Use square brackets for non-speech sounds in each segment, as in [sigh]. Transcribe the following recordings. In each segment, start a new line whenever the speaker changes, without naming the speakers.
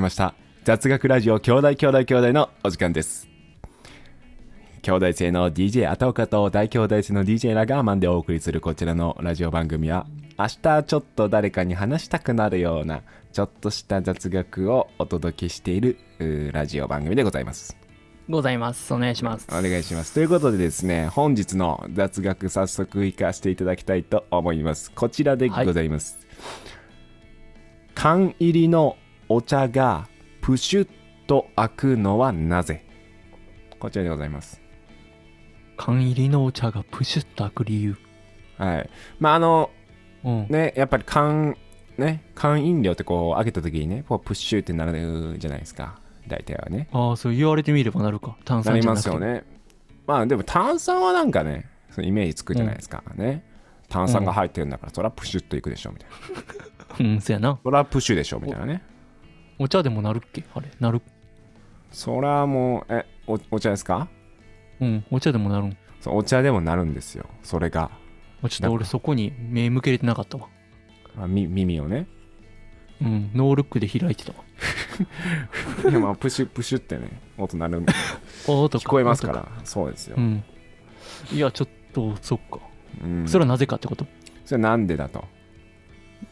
ました雑学ラジオ兄弟兄弟兄弟のお時間です兄弟生の DJ ア岡と大兄弟生の DJ ラガーマンでお送りするこちらのラジオ番組は明日ちょっと誰かに話したくなるようなちょっとした雑学をお届けしているうーラジオ番組でございます
ございます。お願いします。
お願いします。ということでですね、本日の雑学早速行かせていただきたいと思います。こちらでございます。缶入りのお茶がプシュッと開くのはなぜこちらでございます。
缶入りのお茶がプシュッと開く理由。
はい。まあ、あの、
うん。
ね、やっぱり缶、ね、缶飲料ってこう開けた時にね、こうプッシュってなるじゃないですか。大体はね。
ああ、そう言われてみればなるか。炭
な
酸
り
じゃ
ま
なく
す
て
よねまあでも炭酸はなんかねそのイメージつくじゃないですか、ね炭酸が入ってるんだから、そりゃプシュッといくでしょみたいな
うん、そうやな。
そりゃプシュでしょみたいなね
お茶でもなるっけあれ、なる。
そりゃもうえおお茶ですか
うん、お茶でもなるん。
そうお茶でもなるんですよそれが、
あちょっと俺そこに目向けれてなかったわ。
あ、み耳をね
うん、ノールックで開いてたわ。
でもプシュプシュってね音鳴 [laughs] るんで
おーと
聞こえますか
おー
らそうです
と
よ
かう、ん。いや、ちょっと、そっか。
うん、
そ
そ
れ
れ
はなぜかってこと。
なんでだと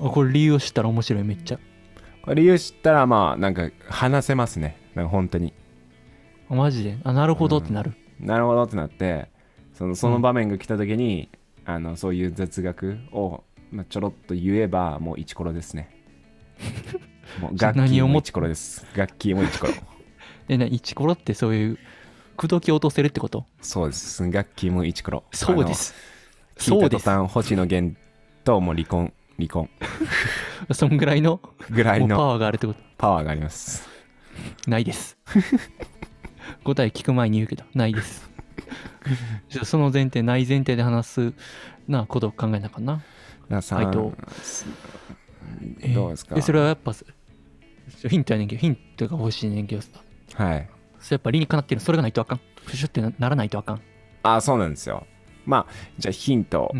あこれ理由を知ったら面白い、めっちゃ。
これ理由知ったらまあなんか話せますねなんか本当に
あマジで。あ、なるほどってなる。
なるほどってなってそのその場面が来た時に、あのそういう雑学を、まあ、ちょろっと言えばもうイチコロです
[laughs]
ねもう楽器
何を
も
も
イチコロです楽器もイチコロ
え、な、イチコロってそういう、口説き落とせるってこと
そうです楽器もイチコロ
そうです。
あの聞い
そ
うた
で
途
す。
端星野源ともう離婚離婚
そんぐらいの、
ぐらい
もうパ
の
ワーがあるってこと。
パワーがあります
ないです。答え聞く前に言うけど、ないです。ちょその前提、ない前提で話すなことを考えなあかんな。
なさん
はいどえー
どうですか、
それはやっぱ、ちょヒントやねんけど、ヒントが欲しいねんけどさ。
はい
それやっぱ理にかなってるそれがないとあかん。プシュってなならないとあかん。
あそうなんですよまあじゃあヒント、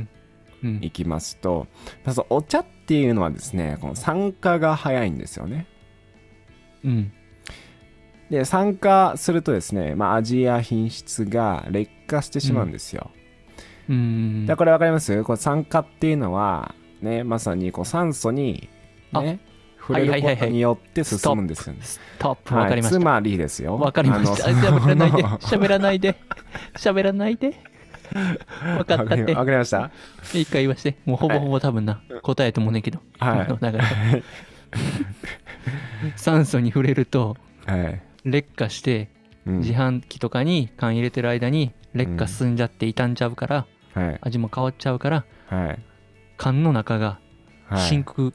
うん。
いきますと、まずお茶っていうのはですねこの酸化が早いんですよね
うん。
で酸化するとですね、まあ、味や品質が劣化してしまうんですよ、
うん。
だからこれ分かりますこれ酸化っていうのはねまさにこう酸素にね触れる
は
こ
いはい
と
はいはい
によって進むんですよね
ストップ、
はい
わかりまし
つ
た。
まりですよ
わかりました。
あの
喋
[laughs]
らないで、
わ
喋らないで、喋らない
[laughs]
で。わかった
か
っ
り [laughs]
て
わ。かりました
一回言わして。もうほぼほぼ多分な、答えともねんけど。
はい
今の流れ
[laughs]
酸素に触れると
はい、
劣化して、
うん
自販機とかに缶入れてる間に劣化進んじゃって傷んじゃうから、
はい
味も変わっちゃうから、
はい
缶の中が
はい
真空、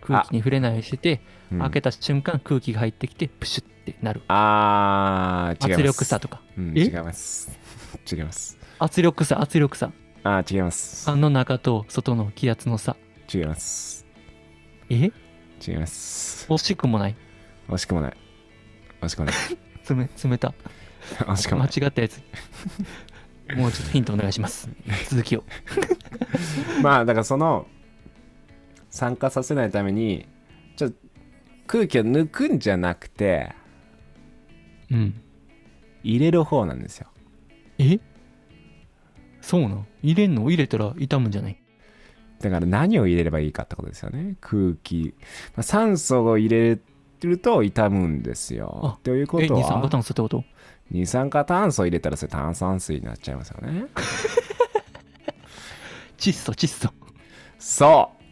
空気に触れないようにしてて、
うん
開けた瞬間空気が入ってきてプシュってなる。
あー違います
圧力差とか。
うん、
え
違います [laughs] 違います
圧力差、圧力差。
あー違います
缶の中と外の気圧の差。
違います
え
違います
惜しくもない。
惜しくもない惜しくもない
[laughs] つめ、詰めた。
惜しくも
間
ない
違った [laughs] やつ。もうちょっとヒントお願いします。続きを。
まあだからその酸化させないためにちょっと空気を抜くんじゃなくて
うん。
入れる方なんですよ
えそうなん入れんの入れたら傷むんじゃない
だから何を入れればいいかってことですよね空気、まあ、酸素を入れると傷むんですよ
あ
というこ
え
と
二酸化
は
炭素ってこと
二酸化炭素を入れたらそれ炭酸水になっちゃいますよね
窒素窒素
そう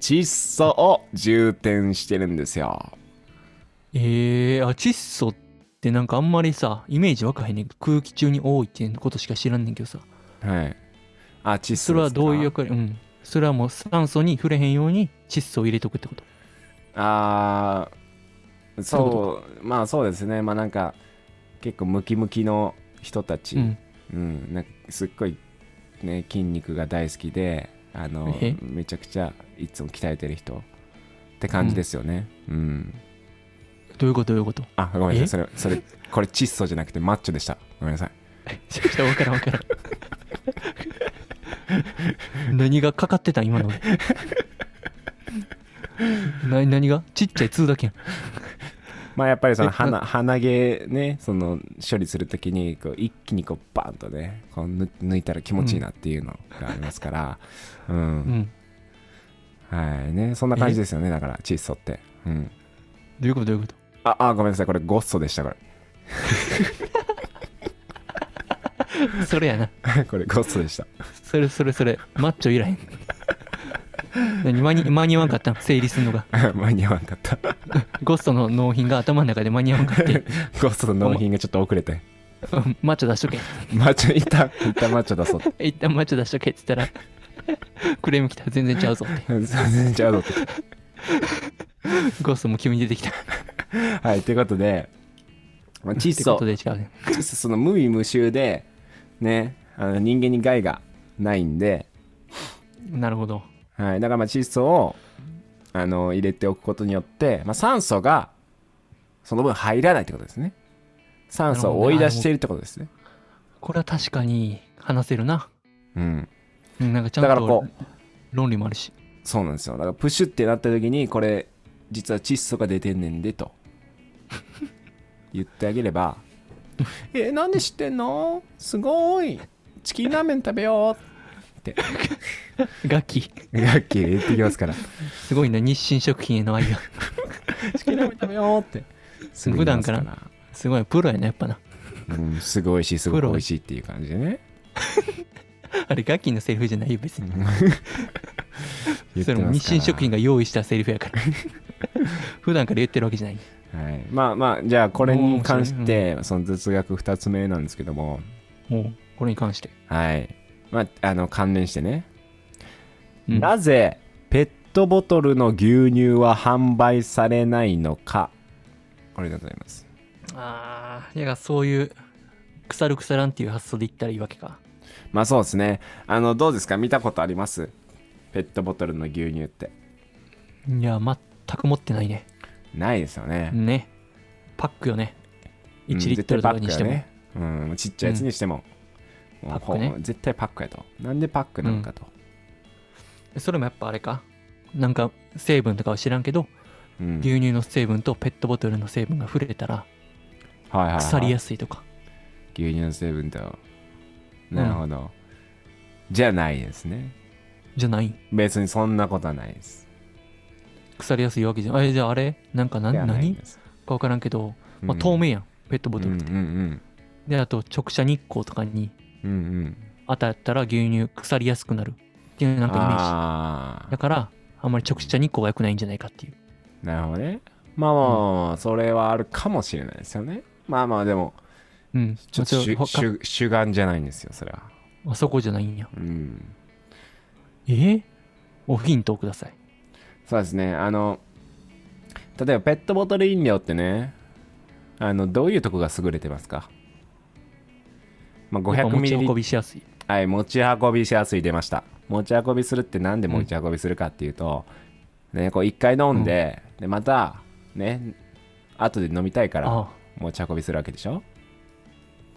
窒素を充填してるんですよ
えー、あ窒素ってなんかあんまりさイメージわかへんねん空気中に多いっていうことしか知らんねんけどさ
はいあ窒素
それはどういう
ですか
役割うんそれはもう酸素に触れへんように窒素を入れとくってこと
ああ
そういう
そうまあそうですねまあなんか結構ムキムキの人たち、う
うんん
なんかすっごい、ね、筋肉が大好きであの
え
めちゃくちゃいつも鍛えてる人って感じですよねうん、
どういうことどういうこと
あごめんな
え
さいそれそれこれ窒素じゃなくてマッチョでしたごめんなさい
ちょっとわからんわからん何がかかってたん今ので何がちっちゃい2だけやん
まあやっぱりその
え
鼻鼻毛ねその処理するときにこう一気にこうバンとねこうぬ抜いたら気持ちいいなっていうのがあります
[laughs]
から、うん
うん。
はいねそんな感じですよねだから窒素って、うん、
どういうことどういうこと
ああごめんなさいこれ [laughs] ゴッソでしたこ
それやな。
れこれゴッソでした [laughs]
それそれそれ。マッチョいらへん。何間に間に合わんかったん整理するのが。
あ間に合わんかった
ゴストの納品が頭の中で間に合わんかって。
ゴッソの納品がちょっと遅れ
[laughs]
て
うんマッチョ出しとけ。
マッチョいったいったマッチョ出そうって
[laughs] 一旦マッチョ出しとけって言ったら、クレーム来た。全然ちゃうぞって。
全然ちゃうぞって
ゴストも急に出てきた。
はいということでまあ窒
って
素
ことで違うね。
実際その無味無臭でねあの人間に害がないんで、
なるほど。
はい、だからまあ窒素をあの入れておくことによって、まあ、酸素がその分入らないってことですね酸素を追い出しているってことですね
これは確かに話せるな。
うん
うんなんかちゃ
だから
ん
ことう
論理もあるし。
そうなんですよだからプシュってなった時にこれ実は窒素が出てんねんで [laughs] と言ってあげれば「えなんで知ってんのすごいチキンラーメン食べよう [laughs]
楽器。」
ラッキー言ってきますから
すごいな。日清食品への愛が。 [laughs]
チキンラーメン食べようって。すぐ言います
普段すごい。プロやな、やっぱな。
うん、すぐ美味しい、すご
プ
く
ロ
美味しいっていう感じでね。
あれ、楽器のセリフじゃないよ、別に。
言っ
そ
て
れも
ます
日
から
清食品が用意したセリフやから。 [laughs] 普段から言ってるわけじゃない。
はい。まあまあ、じゃあこれに関して、その哲学2つ目なんですけども、
もう、これに関して。
はい。まあ、あの、関連してね。
うん
なぜ、ペットボトルの牛乳は販売されないのか。これでございます。
ああ、いや、そういう、腐る腐らんっていう発想で言ったらいいわけか。
まあそうですね。あの、どうですか見たことありますペットボトルの牛乳って。
いや、全く持ってないね。
ないですよね。
ね。パックよね。
うん
1リットルとかにしても。
絶対パックやねうん、ちっちゃいやつにしても,、もう
パックね
ほ絶対パックやとなんでパックなのかと、
それもやっぱあれか。なんか、成分とかは知らんけど、
うん
牛乳の成分とペットボトルの成分が触れたら、
はいはいはい
腐りやすいとか。
牛乳の成分となるほど、じゃないですね
じゃない。
別にそんなことはないです
腐りやすいわけじゃん。あれ、じゃああれなんか
では
何
ない
何
んです
かわからんけど、ま
う
あ、
ん
透明やん。ペットボトルって。
うんうん
で、あと、直射日光とかに
うんうんうん
当たったら牛乳腐りやすくなるっていうなんかイメージ。
あ
だから、あんまり直射日光は良くないんじゃないかっていう。
ーなるほどねまあまあまあまあ、それはあるかもしれないですよねまあまあでも
うん。
ちょっ
ま
と
あち
主
ょ
主主眼じゃないんですよそれは
ほあそこじゃないんや。
うん
えーおヒントをください。
そうですねあの例えばペットボトル飲料ってねあのどういうとこが優れてますか、まあ、
やっ
500
ぱ持
ミ
ち
リリ
運びしやすい。
はい持ち運びしやすい出ました持ち運びするってなんで持ち運びするかっていうと、ねこう1回飲んで,、でまたね後で飲みたいから
あ
持ち運びするわけでしょ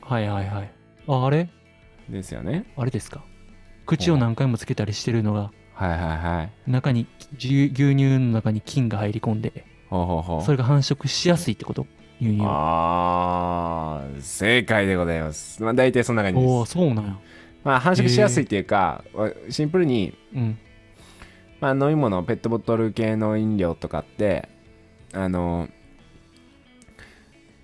あはいはいはい。ああれ
ですよね
あれですか口を何回もつけたりしてるのが、
はいはいはい
中に、牛牛乳の中に菌が入り込んで、
ほうほうほう
それが繁殖しやすいってこと牛乳。
あー正解でございます、まあ、大体そんな感じです
おお、そうなんや。
まあ、繁殖しやすいっていうか、シンプルに、
うん。
まあ、飲み物ペットボトル系の飲料とかってあの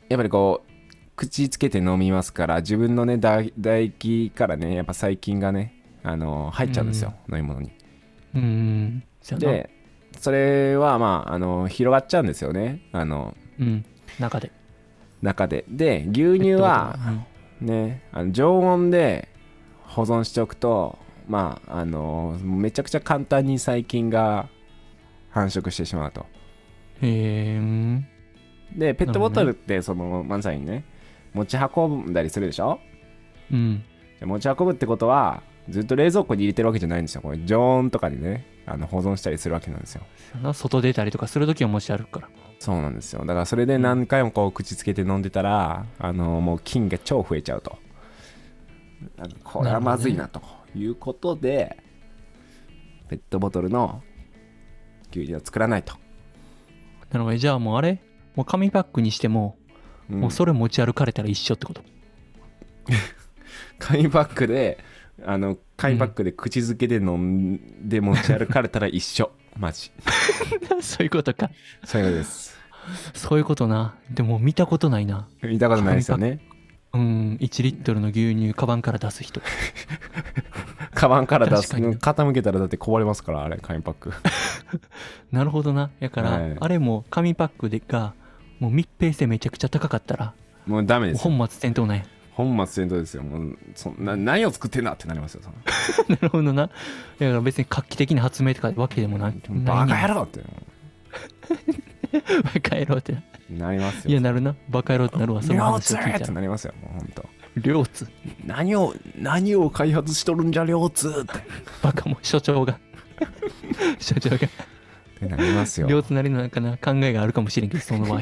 やっぱりこう口つけて飲みますから自分のね唾唾液からねやっぱ細菌がねあの入っちゃうんですよ、飲み物に
うんうん。そやな
でそれはまああの広がっちゃうんですよねあの
うん。中で。
中でで牛乳はねあの常温で保存しておくとまああのめちゃくちゃ簡単に細菌が繁殖してしまうと
へえーうん。
でペットボト
な
ルってそのまさにね持ち運んだりするでしょ
うん。
で持ち運ぶってことはずっと冷蔵庫に入れてるわけじゃないんですよこれ常温とかにねあの保存したりするわけなんですよ
そやな外出たりとかするときは持ち歩くから。
そうなんですよだからそれで何回もこう口つけて飲んでたらあのもう菌が超増えちゃうとなんかこれはまずいなということで、ペットボトルの牛乳を作らないと
なるほど。じゃあもうあれもう紙パックにしても、
うん
もうそれ持ち歩かれたら一緒ってこと。 [laughs]
紙パックであの紙パックで口づけで飲んで持ち歩かれたら一緒マジ
そういうことか。
そういうこと [laughs] です
そういうことな。でも見たことないな。
見たことないですよね
うん、1リットルの牛乳、カバンから出
[laughs]
す人。
カバンから出す
確かに
傾けたらだって壊れますからあれ紙パック
なるほどな。やから、
はい
あれも紙パックでが、もう密閉性めちゃくちゃ高かったら、
もうダメ
も
で
う
すよ
本末転倒なんや。
本末転倒ですよもうそんな何を作ってんだってなりますよそんな
なるほどな。だから別に画期的な発明とかわけでもない。
バカ
野
野郎って
郎バカ野郎ってな。
なりますよ
いや、なるな。バカ野郎ってなるわ。その
両
話
津
を聞い
ったて
ら。
なりますよもうほんと
両津。
何を何を開発しとるんじゃ両津って
バカも、所長が。 [laughs] 所長が。
ってなりますよ
両津なりのなんかな考えがあるかもしれんけど、
[laughs]
その場合。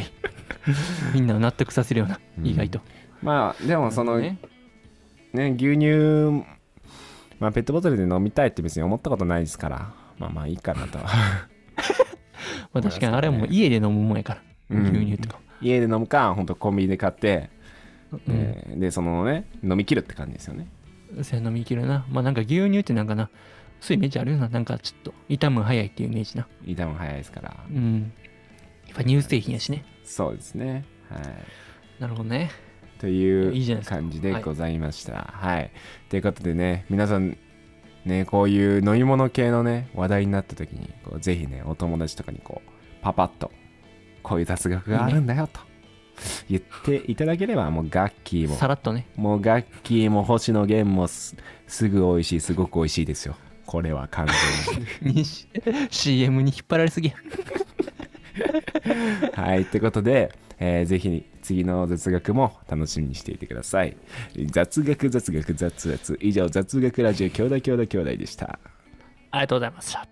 みんなを納得させるような、
うん
意外と。
[laughs] まあでもそのね
ね
牛乳まあペットボトルで飲みたいって別に思ったことないですからまあまあいいかな
[laughs]
と
まあ、確かにあれはもう家で飲むもんやから、
うん
牛乳とか。
家で飲むかほんとコンビニで買って、
うん
えーでそのね飲み切るって感じですよね
それ飲みきるな。まあなんか牛乳ってなんかな、そういうイメージあるよな。なんかちょっと傷むの早いっていうイメージな。
痛も早いですから
うん。やっぱ乳製品やしね。
そうですねはい
なるほどね。
という
いいじゃないですか
感じでございましたはいということでね皆さんねこういう飲み物系のね話題になった時にこうぜひねお友達とかにこうパパッとこういう雑学があるんだよと言っていただければもうガッキーも
さらっとね。
もうガッキーも星野源もすすぐ美味しいすごく美味しいですよこれは完全に
に CM に引っ張られすぎや。
はいということで、えーぜひ次の雑学も楽しみにしていてください雑学雑学雑雑以上雑学ラジオ兄弟兄弟兄弟でした
ありがとうございました。